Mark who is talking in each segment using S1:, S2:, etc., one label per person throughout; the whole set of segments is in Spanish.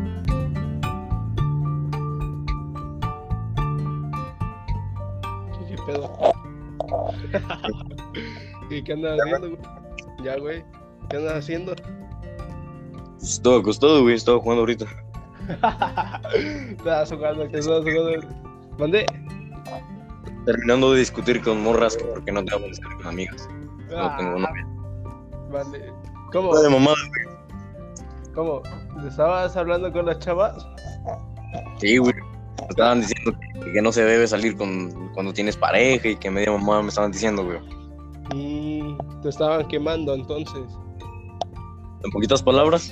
S1: pedo. ¿Y qué andas haciendo, güey? Ya, güey. ¿Qué andas haciendo?
S2: Estaba acostado, güey, estaba jugando ahorita.
S1: Estabas jugando, que estabas jugando. ¿Mandé?
S2: Terminando de discutir con morras que porque no te voy a estar con amigas. No
S1: Ah,
S2: tengo novia.
S1: Mande. ¿Cómo?
S2: Nada de mamada,
S1: ¿Cómo? ¿Estabas hablando con las chavas?
S2: güey. Sí, güey. Me estaban diciendo que, que no se debe salir con, cuando tienes pareja y que media mamada me estaban diciendo, güey.
S1: Mm, te estaban quemando entonces.
S2: En poquitas palabras,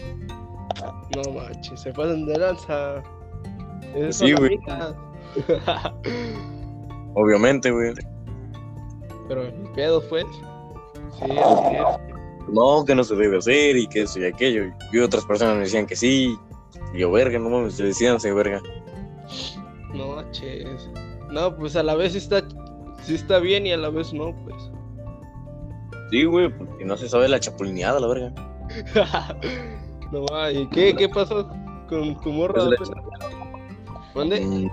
S1: No manches, se pasan de lanza. Esas
S2: Sí,
S1: son
S2: güey.
S1: amigas.
S2: obviamente, güey.
S1: Pero el pedo, pues. Sí, así es.
S2: No, que no se debe hacer y que eso y aquello. Y otras personas me decían que sí. Y yo, verga, no mames, se decían, se verga.
S1: No manches. No, pues a la vez sí está, sí está bien y a la vez no, pues.
S2: Sí, güey, porque no se sabe la chapulineada, la verga.
S1: no ma, ¿y qué, qué pasó con tu morra?
S2: Pues le-
S1: pues? ¿Dónde?
S2: Mm.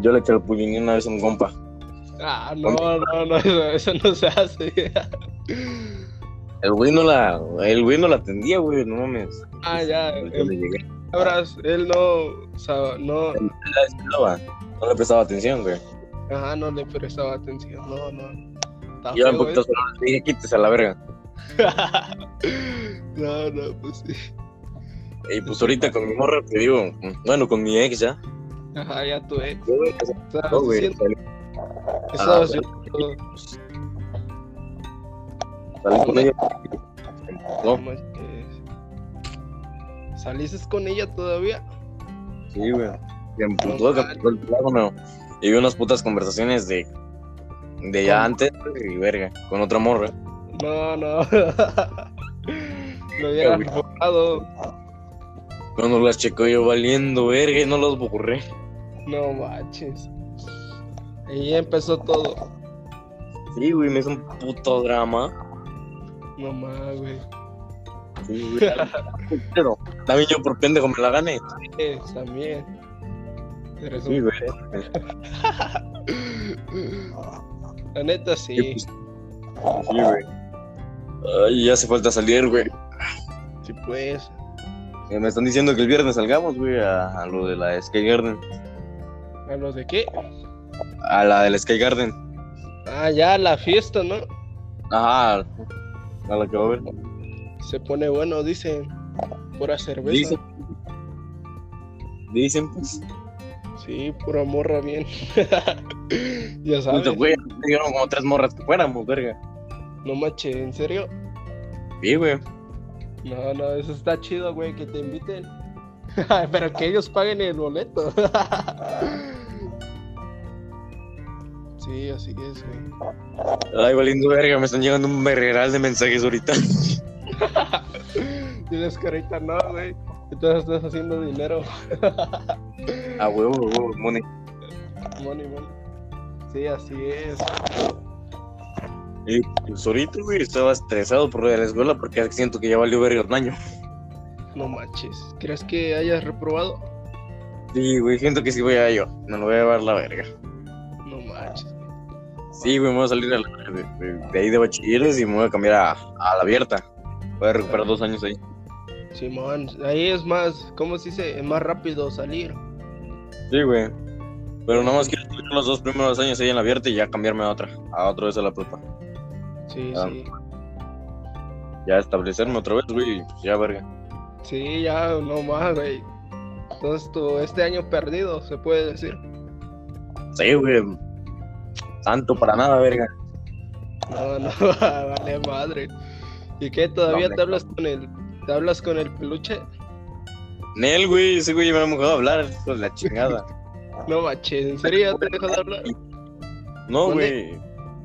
S2: Yo le chapulineé una vez a un compa.
S1: Ah, no, no, no, eso, eso no se hace.
S2: El güey no la, el güey no la atendía, güey, no mames.
S1: ah, ya,
S2: Yo le
S1: en
S2: llegué,
S1: palabras, él no, o sea, no,
S2: la desvelaba, no le prestaba atención, güey.
S1: ajá, no le prestaba atención, no, no. Está
S2: Yo en
S1: feo
S2: poquitas palabras le dije, quítese a la verga.
S1: eso. ¿eh? No, no, pues sí.
S2: Y pues ahorita con mi morra te digo, bueno, con mi ex ya.
S1: Ajá, ya tú, eh.
S2: Yo, güey,
S1: Estabas
S2: no, güey,
S1: diciendo,
S2: salí,
S1: estabas
S2: güey.
S1: diciendo,
S2: salí con ella.
S1: no
S2: No,
S1: manches. ¿Saliste con ella todavía?
S2: sí, güey. Se emputó, que emputó pues, el teléfono. Y vi unas putas conversaciones de, de ya antes, güey, y verga, con otra morra.
S1: No, no. Lo hubiera
S2: güey.
S1: borrado.
S2: Cuando las checo yo valiendo, verga, y no las borré.
S1: No manches. Y ya empezó todo.
S2: Sí, güey, me hizo un puto drama.
S1: No mames, güey.
S2: Pero también yo por pendejo me la gané.
S1: Eh, también. Eres un-
S2: Sí, güey.
S1: La neta sí. pues,
S2: Sí, güey. Ay, ya hace falta salir, güey.
S1: Sí, pues.
S2: Eh, Me están diciendo que el viernes salgamos, güey, a, a lo de la Sky Garden.
S1: ¿A los de qué?
S2: A la del Sky Garden.
S1: Ah, ya, la fiesta, ¿no?
S2: Ajá. A la que va a haber.
S1: Se pone bueno, dicen. Pura cerveza.
S2: Dicen. Dicen, pues.
S1: Sí, pura morra, bien. ya sabes.
S2: Puta, güey. me Dijeron como tres morras que fuéramos, verga.
S1: No manches, ¿en serio?
S2: Sí, güey.
S1: No, no, eso está chido, güey, que te inviten. Pero que ellos paguen el boleto. sí, así es, güey.
S2: Ay, valiendo verga. Me están llegando un verreral de mensajes ahorita.
S1: Dices que ahorita no, güey. Entonces estás haciendo dinero.
S2: A huevo, a huevo, money.
S1: Money, money. Sí, así es.
S2: Y pues ahorita, güey, estaba estresado por lo de la escuela porque siento que ya valió verga un año.
S1: No manches. ¿Crees que hayas reprobado?
S2: Sí, güey, siento que sí voy a yo. Me lo voy a llevar la verga.
S1: No manches.
S2: Sí, güey, me voy a salir a la- de, de- de ahí de bachilleres y me voy a cambiar a, a la abierta. Voy a recuperar dos años ahí.
S1: Simón, ahí es más, ¿cómo se dice? Es más rápido salir.
S2: Sí, güey. Pero nada más quiero estudiar los dos primeros años ahí en la abierta y ya cambiarme a otra. A otra vez a la prepa.
S1: Sí,
S2: Ah.
S1: sí.
S2: Ya establecerme otra vez, güey. y pues ya, verga.
S1: Sí, ya, no más, güey. Entonces, tú, este año perdido, se puede decir.
S2: Sí, güey. Santo para nada, verga.
S1: No, no, vale madre. ¿Y qué? ¿Todavía
S2: No,
S1: te
S2: me-
S1: hablas con el, te hablas con el peluche?
S2: Nel, güey, ese güey ya me ha mojado a hablar. Hijo de la chingada.
S1: No manches, ¿en serio ya te dejó de hablar?
S2: No,
S1: ¿Dónde?
S2: güey.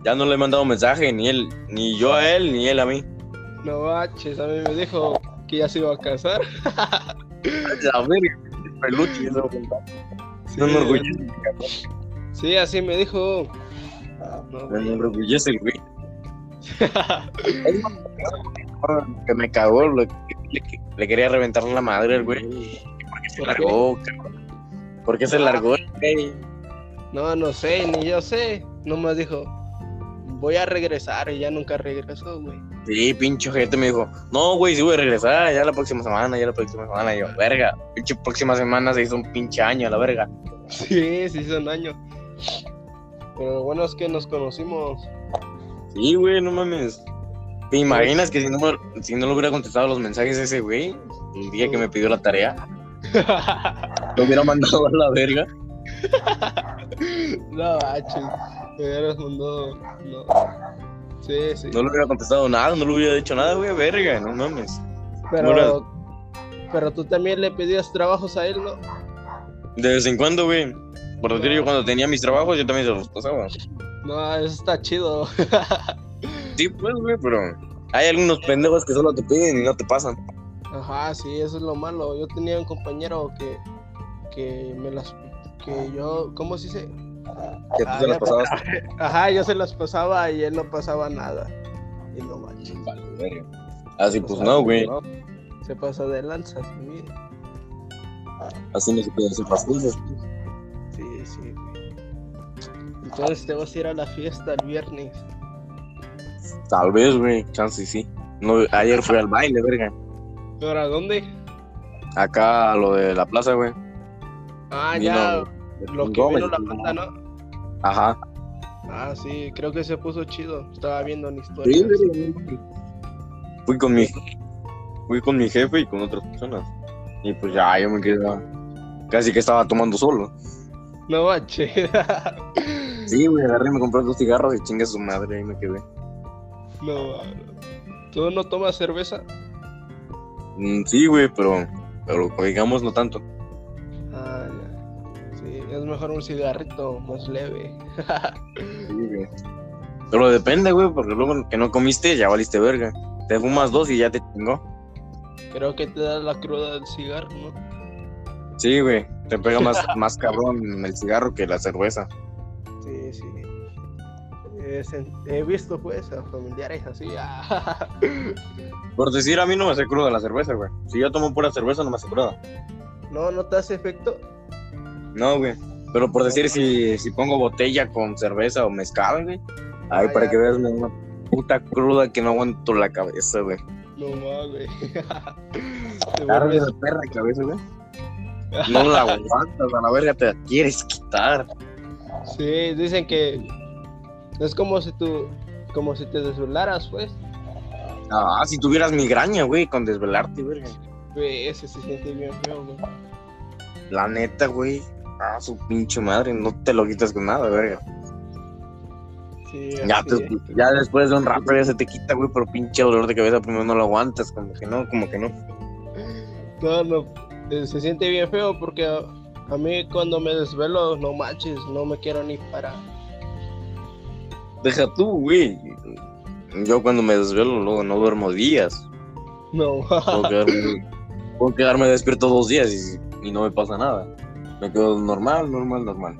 S2: Ya no le he mandado mensaje, ni él, ni yo a él, ni él a mí.
S1: No manches, a mí me dijo que ya se iba a casar.
S2: A ver, peluche, eso.
S1: Sí,
S2: No me orgullece,
S1: Sí, así me dijo. No,
S2: no me
S1: güey.
S2: orgullece el güey. Que me cagó, lo- le, le quería reventar la madre al güey. Se
S1: ¿Por qué?
S2: largó, cabrón. ¿Por qué se largó el güey?
S1: No, no sé, ni yo sé. nomás dijo, voy a regresar y ya nunca regresó, güey.
S2: Sí, pinche gente me dijo, no, güey, sí voy a regresar, ya la próxima semana, ya la próxima semana. Y yo, verga, pinche próxima semana se hizo un pinche año, la verga.
S1: Sí, sí, hizo un año. Pero lo bueno es que nos conocimos.
S2: Sí, güey, no mames. ¿Te imaginas que si no, si no le hubiera contestado los mensajes a ese güey, el día que me pidió la tarea, lo hubiera mandado a la verga?
S1: no, baches. Me hubieras mandado. No. Sí, sí.
S2: No le hubiera contestado nada, no le hubiera dicho nada, güey, verga, no mames.
S1: pero,
S2: no era-
S1: pero tú también le pedías trabajos a él, ¿no?
S2: De vez en cuando, güey. Por decir, yo cuando tenía mis trabajos, yo también se los pasaba.
S1: No, eso está chido.
S2: Sí, pues, güey, pero hay algunos pendejos que solo te piden y no te pasan.
S1: Ajá, sí, eso es lo malo. Yo tenía un compañero que, que me las. que yo. ¿Cómo se dice?
S2: Que tú
S1: Ah,
S2: se
S1: ya
S2: los pasabas.
S1: Ajá, yo se las pasaba y él no pasaba nada. Y no manches.
S2: Vale, verga. Así pues
S1: O sea,
S2: no, güey.
S1: Se pasa de lanzas, güey.
S2: Así no se pueden hacer las cosas.
S1: Sí, sí, güey. Entonces te vas a ir a la fiesta el viernes.
S2: Tal vez, güey. Chance sí. No, ayer fui al baile, verga.
S1: ¿Pero a dónde?
S2: Acá a lo de la plaza, güey.
S1: Ah,
S2: Vino-
S1: ya. Lo que
S2: Gómez.
S1: vino la banda, ¿no?
S2: Ajá.
S1: Ah, sí, creo que se puso chido. Estaba viendo una historia.
S2: Sí, verga. Fui con mi fui con mi jefe y con otras personas. Y pues ya yo me quedaba. Casi que estaba tomando solo.
S1: No manches.
S2: Sí, güey, agarré, me compré dos cigarros y chingue su madre, ahí me quedé.
S1: No, mano. ¿Tú no tomas cerveza?
S2: Mm, sí, güey, pero, pero digamos no tanto.
S1: Ah, ya. Sí, es mejor un cigarrito más leve.
S2: Sí, güey. Pero depende, güey, porque luego que no comiste ya valiste verga. Te fumas dos y ya te chingó.
S1: Creo que te da la cruda del cigarro, ¿no?
S2: Sí, güey, te pega más, más cabrón el cigarro que la cerveza.
S1: Sí, sí. Es en- He visto, pues, a familiares así. ah.
S2: Por decir, a mí no me hace cruda la cerveza, güey. Si yo tomo pura cerveza, no me hace cruda.
S1: No, no te hace efecto.
S2: No, güey. Pero por decir, si, si pongo botella con cerveza o mezcal, güey. Ay,
S1: Ah,
S2: para
S1: ya.
S2: que veas me da una puta cruda que no aguanto la cabeza, güey.
S1: No más, güey. Te
S2: Carga
S1: vuelves-
S2: esa perra cabeza, güey. No la aguantas, a la verga te la quieres quitar.
S1: Sí, dicen que es como si tú, como si te desvelaras, pues.
S2: Ah, si tuvieras migraña, güey, con desvelarte, verga.
S1: Güey, ese se siente bien feo, güey.
S2: La neta, güey. Ah, su pinche madre, no te lo quitas con nada, verga.
S1: Sí,
S2: Ya,
S1: así
S2: te-
S1: es.
S2: ya después de un rato ya se te quita, güey, pero pinche dolor de cabeza primero no lo aguantas, como que no, como que no.
S1: No, no, eh, se siente bien feo porque a, a mí cuando me desvelo, no manches, no me quiero ni parar.
S2: Deja tú, güey. Yo cuando me desvelo, luego no duermo días.
S1: No,
S2: Puedo quedarme, puedo quedarme despierto dos días y, y no me pasa nada. Me quedo normal, normal, normal.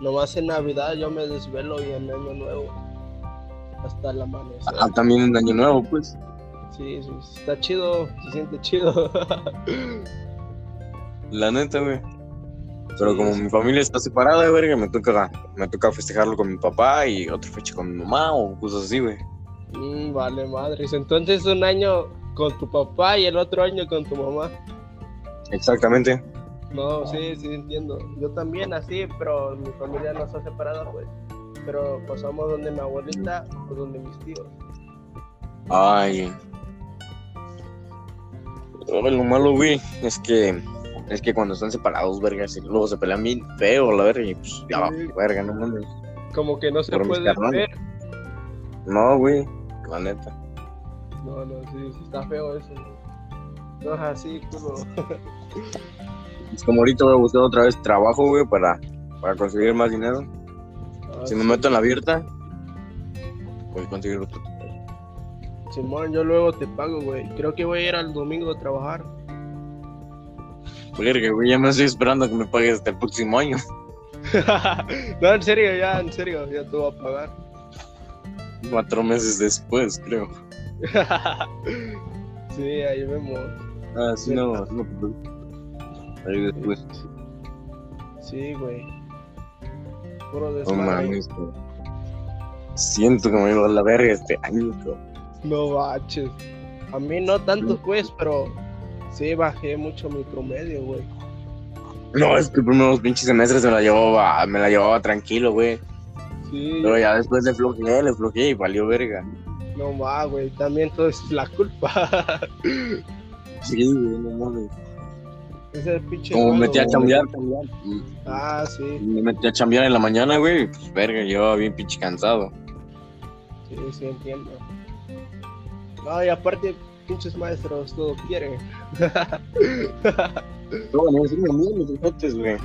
S1: nomás en Navidad yo me desvelo y en Año Nuevo. Hasta el amanecer.
S2: Ah, también en Año Nuevo, pues.
S1: Sí, sí, sí, está chido, se siente chido.
S2: La neta, güey. Pero
S1: Sí,
S2: como
S1: sí.
S2: mi familia está separada, verga, me toca, me toca festejarlo con mi papá y otra fecha con mi mamá o cosas así, güey.
S1: Mm, vale, madres. Entonces un año con tu papá y el otro año con tu mamá.
S2: Exactamente.
S1: No, sí, sí, entiendo. Yo también así, pero mi familia no está separada, pues. Pero pasamos donde mi abuelita o donde mis tíos.
S2: Ay. Ahora lo malo, güey, es que es que cuando están separados, verga, sí, luego se pelean bien feo, la verga, y pues ya va,
S1: Sí.
S2: verga, no mames.
S1: Como que no se
S2: Por mis
S1: puede
S2: carnales.
S1: ver.
S2: No, güey, la neta.
S1: No, no, sí, sí, está feo eso. No es así, como.
S2: Es como ahorita voy a buscar otra vez trabajo, güey, para, para conseguir más dinero.
S1: Ah,
S2: Si me
S1: sí.
S2: meto en la abierta, voy a conseguir otro.
S1: Simón, yo luego te pago, güey. Creo que voy a ir al domingo a trabajar.
S2: Verga, güey, ya me estoy esperando a que me pagues hasta el próximo año.
S1: no, en serio, ya, en serio, ya te voy a pagar.
S2: Cuatro meses después, creo.
S1: sí, ahí vemos.
S2: Ah, sí, no, así no. pues, Ahí después.
S1: Sí, güey. Puro
S2: No
S1: desmadre.
S2: mames, güey. Siento que me iba a la verga este año, cabrón.
S1: No baches. A mí no tanto, pues, pero sí bajé mucho mi promedio, güey.
S2: No, es que primero los pinches semestres me la llevaba, me la llevaba tranquilo, güey.
S1: Sí,
S2: Pero ya después le flojeé, le flojeé y valió verga.
S1: no va, güey. También todo es la culpa.
S2: Sí, güey, no mames.
S1: Ese pinche.
S2: Como me
S1: malo,
S2: metí a
S1: güey.
S2: chambear,
S1: Ah, sí,
S2: me metí a chambear en la mañana, güey, y pues verga, llevaba bien pinche cansado.
S1: sí, sí, entiendo. No, y aparte, pinches maestros, todo quieren.
S2: No, me enseñan bien mis hijotes, güey.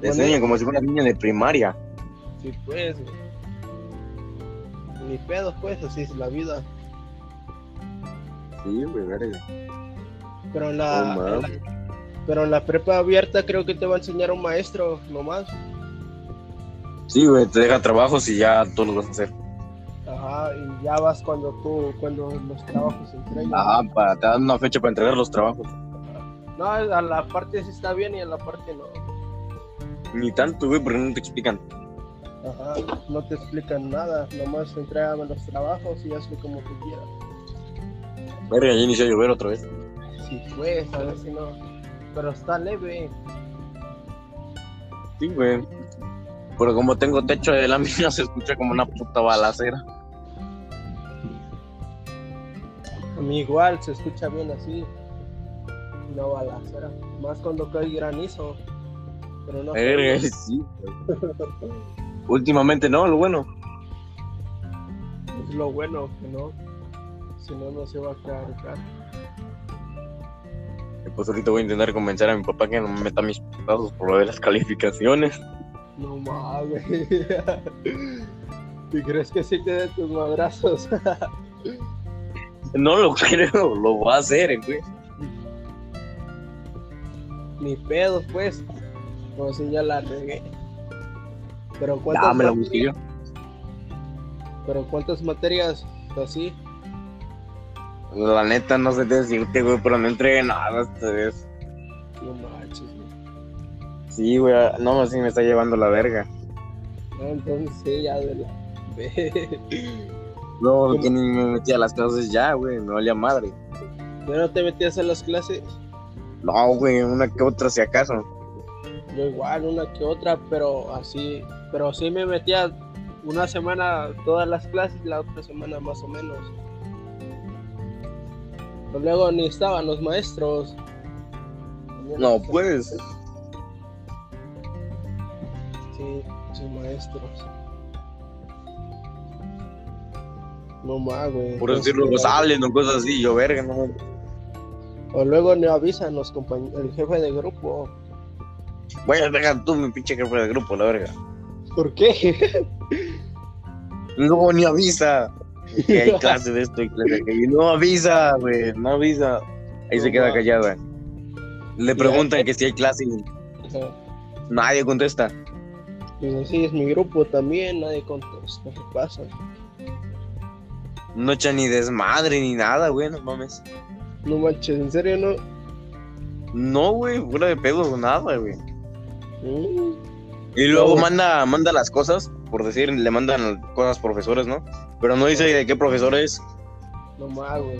S2: Te enseñan como si fuera niña de primaria.
S1: Sí, pues, güey. Ni pedo, pues, así es la vida.
S2: Sí, güey, verga.
S1: Pero en la,
S2: No
S1: en la- pero en la prepa abierta creo que te va a enseñar un maestro nomás.
S2: Sí, güey, te deja trabajos y ya tú los vas a hacer.
S1: Ajá, y ya vas cuando tú, cuando los trabajos se entregan.
S2: Ajá, para, Ah, te dan una fecha para entregar los trabajos.
S1: No, a la parte sí está bien y a la parte no.
S2: Ni tanto, güey, porque no te explican.
S1: Ajá, no te explican nada, nomás entregan los trabajos y hazlo como tú quieras.
S2: Verga, ya inició a llover otra vez.
S1: Sí, pues, a ver si no. Pero está leve.
S2: Sí, güey. Pero como tengo techo de lámina, se escucha como una puta balacera.
S1: A mí igual se escucha bien así. No balacera. Más cuando cae granizo. Pero no.
S2: Verga, sí. güey. Últimamente no, lo bueno.
S1: Es lo bueno que no. Si no, no se va a cargar.
S2: Pues ahorita voy a intentar convencer a mi papá que no me meta mis putazos por lo de las calificaciones.
S1: No mames. ¿Y crees que sí te dé tus madrazos?
S2: No lo creo, lo va a hacer, eh, güey.
S1: Ni pedo, pues. Pues sí, ya la regué. Pero cuántas,
S2: Ah, me la busqué
S1: materias,
S2: yo.
S1: pero cuántas materias pues así.
S2: La neta, no sé decirte, güey, pero no entregué nada esta vez.
S1: No manches. güey.
S2: Sí, güey, ah, no, así me está llevando la verga.
S1: No, Ah, entonces sí, ya de la.
S2: No, que ni me metí a las clases ya, güey, me valía madre.
S1: ¿Ya no te metías a las clases?
S2: No, güey, una que otra si acaso.
S1: Yo igual, una que otra, pero así. Pero sí me metía una semana todas las clases, la otra semana más o menos. Pero luego ni estaban los maestros.
S2: No, pues.
S1: Sí, sus maestros. No más, güey.
S2: Por decirlo,
S1: Entonces,
S2: pues salen o cosas así, yo verga, no.
S1: O luego ni avisan los compañ- el jefe de grupo.
S2: Güey, verga, tú, mi pinche jefe de grupo, la verga.
S1: ¿Por qué?
S2: No, ni avisa. Que hay clase de esto y clase de aquello. No avisa, güey, no avisa. Ahí se queda callada. Le preguntan que si hay clase y nadie contesta.
S1: Pues así es mi grupo también, nadie contesta. ¿Qué pasa?
S2: No echa ni desmadre ni nada, güey, no mames.
S1: No manches, en serio no.
S2: No, güey, fuera de pedo, nada, güey.
S1: Mm,
S2: Y luego
S1: No.
S2: manda, manda las cosas, por decir, le mandan cosas profesores, ¿no? Pero no dice de qué profesor es.
S1: No más, güey.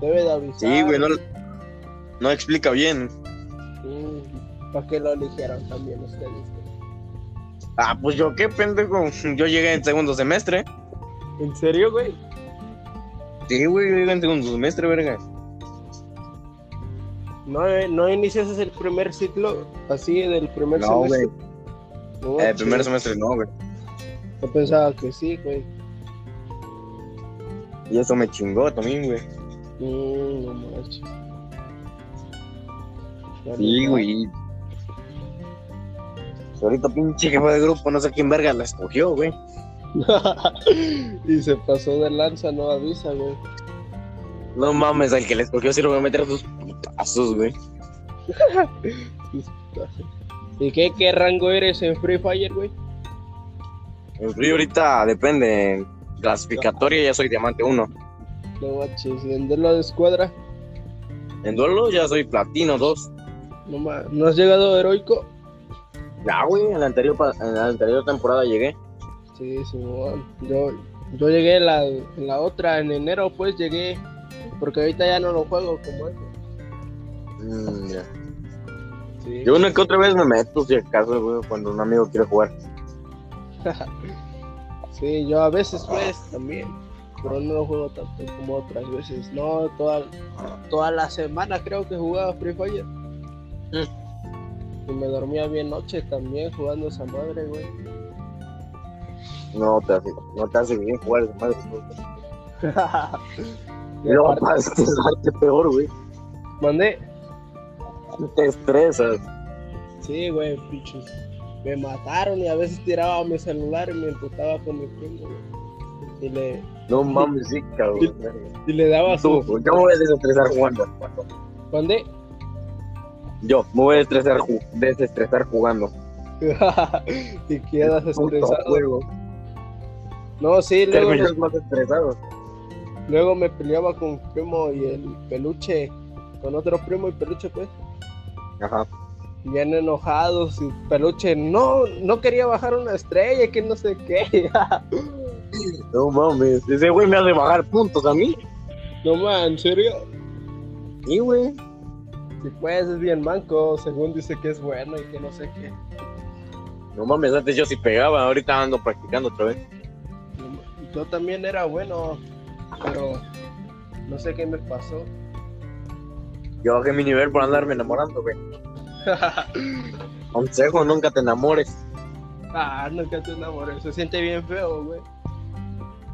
S1: Debe de avisar.
S2: Sí, güey, no, no explica bien.
S1: ¿Para qué lo eligieron también ustedes? güey?
S2: Ah, pues yo qué pendejo. Yo llegué en segundo semestre.
S1: ¿En serio, güey?
S2: Sí, güey, yo llegué en segundo semestre, verga.
S1: No, eh, no inicias el primer ciclo así del primer
S2: No,
S1: semestre.
S2: güey.
S1: No,
S2: El
S1: manches,
S2: primer semestre no, güey.
S1: Yo pensaba que sí, güey.
S2: Y eso me chingó también, güey.
S1: Mm, no manches. La
S2: Sí,
S1: neta,
S2: güey. Ahorita pinche jefe de grupo, no sé quién verga la escogió, güey.
S1: y se pasó de lanza, no avisa, güey.
S2: No mames, al que le escogió sí lo voy a meter a sus putazos, güey.
S1: ¿Y qué, qué rango eres en Free Fire, güey?
S2: El frío ahorita depende. en Clasificatoria ya soy diamante 1.
S1: No manches, ¿y en duelo de escuadra?
S2: En duelo ya soy platino 2.
S1: No, ma- ¿No has llegado heroico?
S2: Ya, güey, en la anterior, pa- en la anterior temporada llegué.
S1: Sí, Simón. Yo, Yo llegué la, en la otra, en enero, pues llegué, porque ahorita ya no lo juego como antes.
S2: Mm, ya.
S1: Sí.
S2: Yo una que otra vez me meto, si acaso, güey, cuando un amigo quiere jugar.
S1: Sí, yo a veces pues también, pero no lo juego tanto como otras veces. No, toda, toda la semana creo que jugaba Free Fire. Y me dormía bien noche también jugando esa madre, güey.
S2: No te hace, no te hace bien jugar esa madre. güey.
S1: Y
S2: Y luego,
S1: aparte-
S2: aparte, te sale peor, güey.
S1: Mandé.
S2: Te estresas.
S1: Sí, güey, pichos. Me mataron y a veces tiraba mi celular y me emputaba con mi primo, güey. Y le,
S2: No mames, sí, cabrón.
S1: y le daba su.
S2: Tú, güey, yo me voy a desestresar jugando.
S1: Mandé.
S2: Yo me voy a estresar ju- desestresar jugando.
S1: y quedas
S2: Puto
S1: estresado.
S2: juego.
S1: No, sí, luego. nos-
S2: Terminas más estresado.
S1: Luego me peleaba con un primo y el peluche, con otro primo y peluche, pues,
S2: Ajá.
S1: bien enojados. Y peluche, no, no quería bajar una estrella, que no sé qué.
S2: No mames. Ese güey me hace bajar puntos a mí.
S1: no man, ¿en serio?
S2: Sí, güey.
S1: Si puedes, es bien manco, según dice que es bueno y que no sé qué.
S2: No mames, antes yo sí pegaba. Ahorita ando practicando otra vez.
S1: No ma- Yo también era bueno, pero no sé qué me pasó.
S2: Yo bajé mi nivel por andarme enamorando, güey. Consejo, nunca te enamores.
S1: ah, nunca te enamoré, se siente bien feo, güey.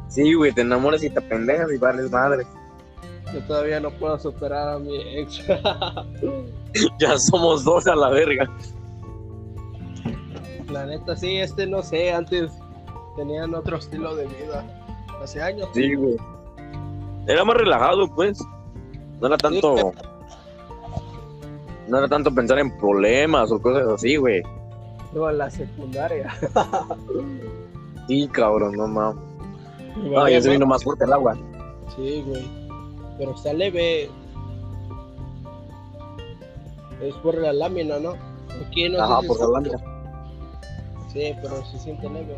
S2: Sí, güey, te enamoras y te pendejas y vales madre.
S1: Yo todavía no puedo superar a mi ex.
S2: Ya somos dos a la verga.
S1: La neta, sí, este no sé, antes tenían otro estilo de vida. Hace años.
S2: Sí, güey. Era más relajado, pues. No era tanto. No era tanto pensar en problemas o cosas así, güey.
S1: Yo en la secundaria.
S2: Sí, cabrón, no mames. No,
S1: Valía
S2: ya se vino
S1: más.
S2: más fuerte el agua.
S1: Sí, güey. Pero está leve. Es por la lámina, ¿no? Aquí no
S2: Ajá,
S1: sé si
S2: por
S1: es-
S2: la lámina.
S1: Sí, pero se siente leve.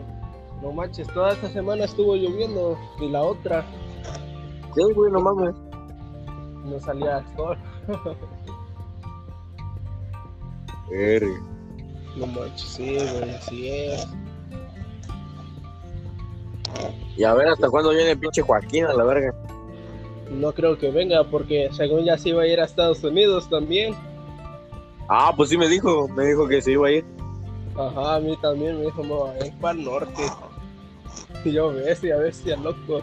S1: No manches, toda esta semana estuvo lloviendo y la otra
S2: Sí, güey, no mames.
S1: no salía al sol.
S2: Verga.
S1: No manches, sí, güey, así es.
S2: Y a ver hasta cuándo viene el pinche Joaquín a la verga.
S1: No creo que venga porque según ya se iba a ir a Estados Unidos también.
S2: Ah, pues sí me dijo. Me dijo que se iba a ir.
S1: Ajá, a mí también me dijo, me voy a ir para el norte. Y yo, bestia, bestia, loco.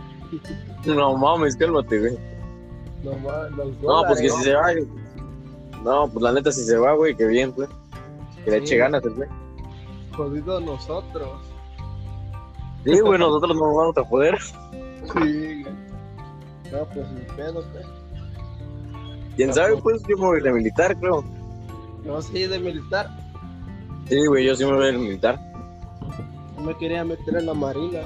S2: No mames, cálmate, güey.
S1: No, ma- los
S2: No, pues que
S1: dólares.
S2: si se va. güey. No, pues la neta, si se va, güey, que bien, güey. Que le
S1: Sí.
S2: eche ganas, el güey.
S1: Jodido nosotros.
S2: Sí, güey, nosotros no vamos a poder.
S1: Sí, güey. No, pues sin pedo, pues.
S2: Quién sabe, pues yo me voy a ir de militar, creo.
S1: No, sí, de militar.
S2: Sí, güey, yo sí me voy a ir de militar.
S1: No me quería meter en la marina.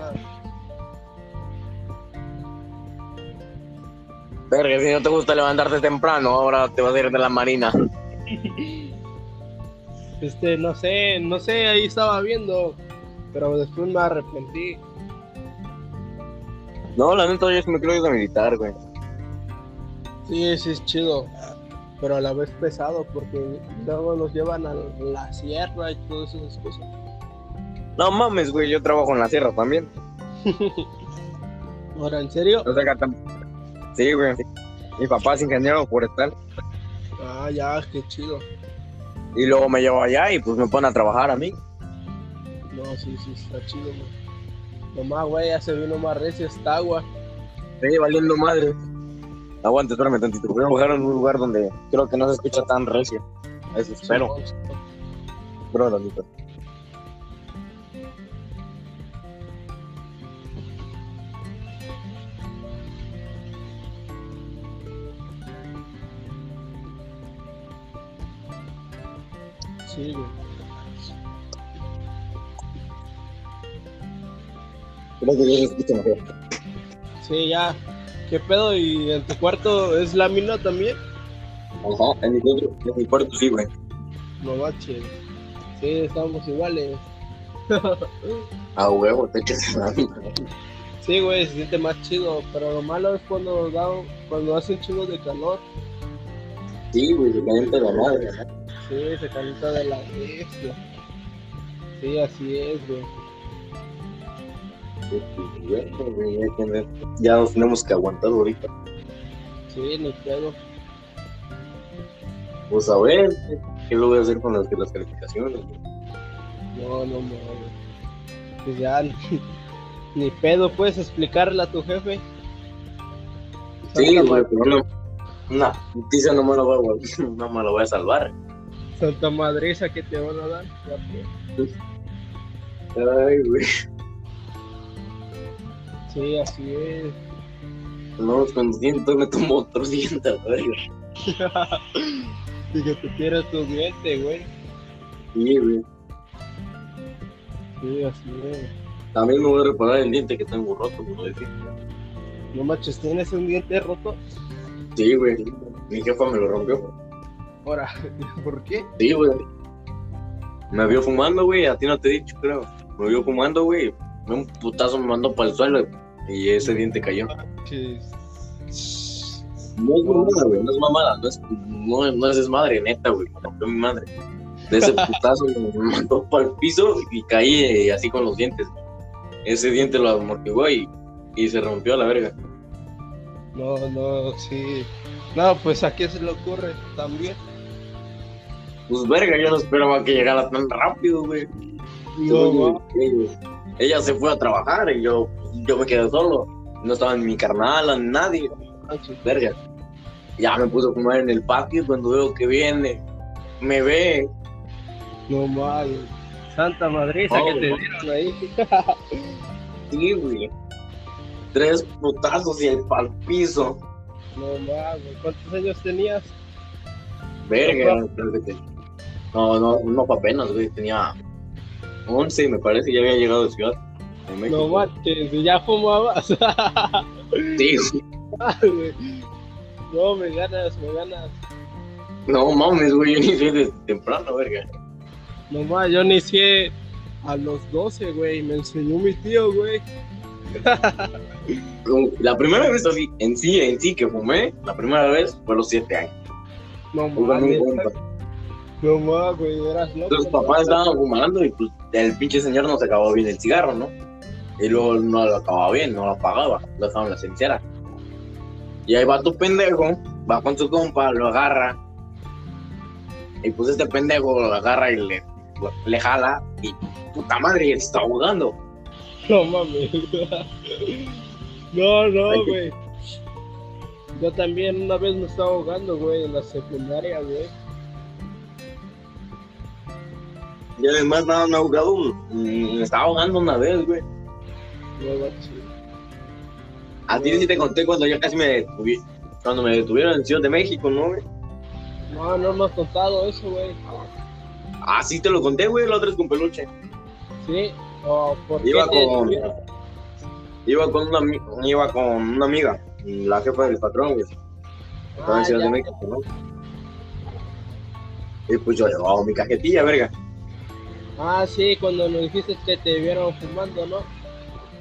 S2: Verga, si no te gusta levantarte temprano, ahora te vas a ir de la marina.
S1: Este, no sé, no sé, ahí estaba viendo. Pero después me arrepentí.
S2: No, la neta, yo sí me quiero ir de militar, güey.
S1: Sí, sí, es chido. Pero a la vez pesado porque luego nos llevan a la sierra y todas esas cosas.
S2: No mames, güey, yo trabajo en la sierra también.
S1: Ahora, ¿en serio?
S2: O sea, acá tam- Sí, güey. Mi papá es ingeniero forestal.
S1: Ah, ya, qué chido.
S2: Y luego me llevo allá y pues me ponen a trabajar a mí.
S1: No, sí, sí, está chido, güey. Nomás, güey, ya se vino más recio esta agua.
S2: Sí, valiendo madre. Aguanta, espérame tantito. Voy a bajar en un lugar donde creo que no se escucha tan recio. Eso espero. Espero tantito.
S1: Sí, güey.
S2: Creo que ya se escucha mejor.
S1: Sí, ya. ¿Qué pedo? ¿Y en tu cuarto es lámina también?
S2: Ajá, en mi cuarto, en mi cuarto sí, güey.
S1: No bache. Sí, estamos iguales.
S2: A huevo, te echas la
S1: Sí, güey, se siente más chido, pero lo malo es cuando, da, cuando hace un chingo de calor.
S2: Sí, güey, se calienta la madre.
S1: Sí, se calienta de la bestia. Sí, así es, güey.
S2: Ya nos tenemos que aguantar ahorita.
S1: Sí, ni pedo.
S2: Pues a ver, ¿qué lo voy a hacer con las, las calificaciones?
S1: No, no, no, Pues ya, ni, ni pedo, puedes explicarla a tu jefe.
S2: Sí, güey, pero no. Una noticia no me la voy a, no me la voy a salvar.
S1: Santa Madriza que te van a dar. ya,
S2: Ay, güey.
S1: pues. Sí, así es.
S2: No, pues, con dientes me tomo otro diente, a la verga.
S1: Y que te quieras tu diente, güey.
S2: Sí, güey.
S1: Sí, así es.
S2: También me voy a reparar el diente que tengo roto, por decir.
S1: No manches, tienes un diente roto.
S2: Sí, güey. Mi jefa me lo rompió.
S1: Ahora, ¿por qué?
S2: Sí, güey. Me vio fumando, güey. A ti no te he dicho, creo. Me vio fumando, güey. Un putazo me mandó para el suelo y ese diente cayó.
S1: Chis.
S2: No es mamada, güey. No es mamada. No es, no, no es desmadre, neta, güey. Me rompió mi madre. De ese putazo me mandó para el piso y caí eh, así con los dientes. Ese diente lo amortiguó y, y se rompió a la verga.
S1: No, no, sí. No, pues a qué se le ocurre también.
S2: Pues verga, yo no esperaba que llegara tan rápido, güey.
S1: No,
S2: Oye,
S1: ma-
S2: ella- Ella se fue a trabajar y yo, yo me quedé solo. No estaba en mi carnal, nadie.
S1: manches.
S2: Verga. Ya me puse a fumar en el patio y cuando veo que viene. Me ve.
S1: No mames. Santa Madriza
S2: Oh,
S1: que te
S2: no.
S1: dieron ahí.
S2: Sí, güey. Tres putazos y el pal piso.
S1: No mames. ¿Cuántos años tenías?
S2: Verga. No, no, no fue apenas, güey. Tenía 11, me parece, y ya había llegado de ciudad. de
S1: No
S2: México.
S1: manches, ¿y ya fumabas. Ah,
S2: Sí, güey.
S1: no, me ganas, me ganas.
S2: No mames, güey. Yo ni soy de temprano, verga.
S1: No mames, yo inicié a los 12, güey. Me enseñó mi tío, güey.
S2: Como La primera vez así, en sí, en sí que fumé, la primera vez fue a los 7 años.
S1: No
S2: Fui con un
S1: mames.
S2: compa.
S1: No mames, güey, eras loco.
S2: Entonces papás
S1: ¿no?
S2: estaban fumando y pues el pinche señor no se acabó bien el cigarro, ¿no? Y luego no lo acababa bien, no lo apagaba, lo dejaba en la sincera. Y ahí va tu pendejo, va con su compa, lo agarra. Y pues este pendejo lo agarra y le, le jala y puta madre, se está ahogando.
S1: No mames. No, no,
S2: Ay, qué-
S1: güey. Yo también una vez me estaba ahogando, güey, en la secundaria, güey.
S2: Y además estaba ahogado, mm, me estaba ahogando una vez, güey.
S1: No, macho.
S2: A ti sí te conté cuando yo casi me detuvieron, cuando me detuvieron en Ciudad de México, ¿no, güey?
S1: no, no me has contado eso, güey.
S2: Ah, sí te lo conté, güey, la otra es con peluche.
S1: Sí. Oh, ¿por qué
S2: Iba
S1: te-
S2: con, iba con una, ami- iba con una amiga, la jefa del patrón, güey, estaba
S1: Ah,
S2: en Ciudad
S1: ya.
S2: de México, ¿no? Y pues yo llevaba mi cajetilla, verga.
S1: Ah, sí, cuando nos dijiste que te vieron fumando, ¿no?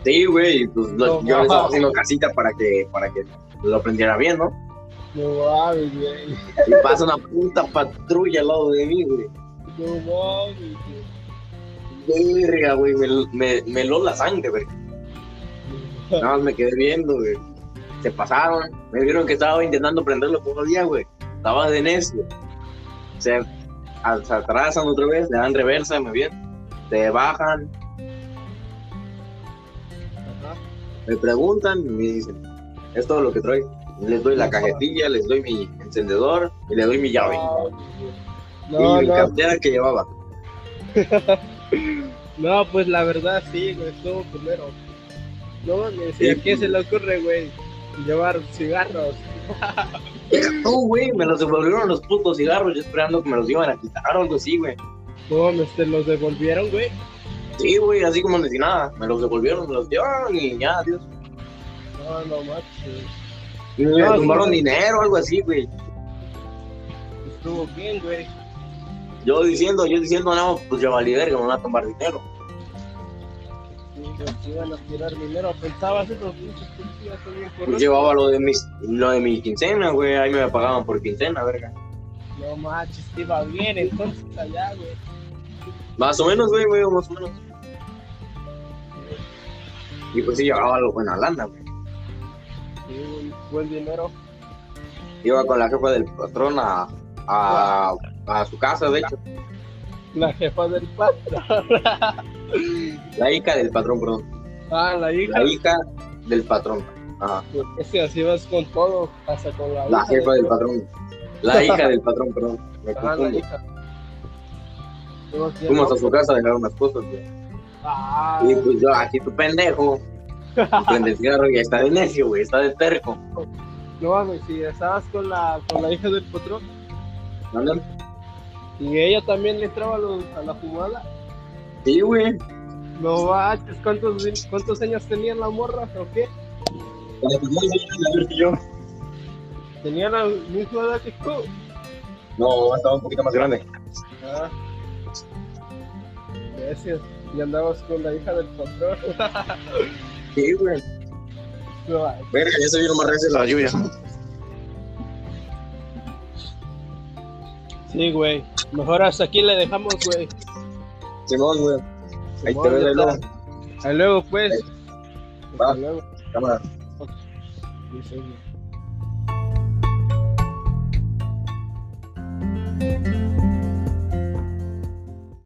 S2: Sí, güey, y pues
S1: No,
S2: lo- yo le estaba
S1: ajá.
S2: haciendo casita para que, para que lo aprendiera bien, ¿no?
S1: No mames, güey.
S2: Y pasa una puta patrulla al lado de mí, güey.
S1: No mames, güey.
S2: Verga, güey, me, me, me heló la sangre, verga. Nada más me quedé viendo, güey. Se pasaron. Me vieron que estaba intentando prenderlo todavía, güey. Estaba de necio. Se, a- se atrasan otra vez, le dan reversa, me bien. Se bajan,
S1: Ajá.
S2: me preguntan y me dicen, es todo lo que traigo. Les doy la cajetilla, les doy mi encendedor y le doy mi llave.
S1: No,
S2: y mi
S1: no,
S2: cartera que llevaba.
S1: no, pues la verdad sí, güey, estuvo primero. No mames, ¿y
S2: Sí,
S1: a qué se le ocurre, güey? Llevar cigarros.
S2: No, güey, me los devolvieron los putos cigarros, yo esperando que me los iban a quitar o algo así, güey.
S1: No, me te los devolvieron, güey.
S2: Sí, güey, así como si nada. Me los devolvieron, me los llevaron y ya, adiós.
S1: No, no, macho.
S2: Y me
S1: No,
S2: tumbaron
S1: sí.
S2: dinero o algo así, güey.
S1: Estuvo bien, güey.
S2: Yo diciendo, yo diciendo, no, pues ya valí verga, me van a tomar dinero.
S1: Sí, güey. que iban a tirar dinero. Pensaba así, pero pinches policías son bien
S2: Pues Yo
S1: corruptos.
S2: llevaba lo de, mis, lo de mi quincena, güey. Ahí me pagaban por quincena, verga.
S1: No manches, te iba bien entonces allá, güey.
S2: Más o menos, güey, güey, más o menos. Y pues sí, llevaba lo bueno a Holanda, güey.
S1: Sí, güey, buen dinero.
S2: Iba con la jefa del patrón a, a, a su casa, de hecho.
S1: La jefa del patrón.
S2: La hija del patrón, perdón.
S1: ah, la hija.
S2: La hija del patrón. Ajá.
S1: Ese así vas con todo, hasta con la
S2: La
S1: hija
S2: jefa
S1: de-
S2: del patrón. La hija del patrón, perdón. Me
S1: Ajá, la
S2: confundo.
S1: hija. Fuimos bien,
S2: Fuimos
S1: ¿no?
S2: a su casa a dejar unas cosas, güey.
S1: Ah,
S2: Y pues yo, aquí tu pendejo. Prende el cigarro y está de necio, güey. Está de terco.
S1: no mames, si estabas con la, con la hija del patrón
S2: ¿Dónde?
S1: y ella también le entraba a, los- a la fumada.
S2: Sí, güey.
S1: No manches, ¿cuántos, vi- ¿cuántos años tenía la morra o qué?
S2: yo.
S1: Tenía la misma edad que tú.
S2: No, estaba un poquito más grande.
S1: Ah. Gracias. Y andabas con la hija del patrón.
S2: Sí, güey.
S1: No manches.
S2: Verga, ya se vieron más reces la lluvia.
S1: Sí, güey. Mejor hasta aquí le dejamos, güey.
S2: Simón, güey. Ahí te
S1: Simón,
S2: veo
S1: ya
S2: de
S1: está.
S2: nuevo.
S1: Hasta luego, pues.
S2: Ahí.
S1: Hasta
S2: Va.
S1: luego.
S2: Cámara.
S1: Sí, sí, güey.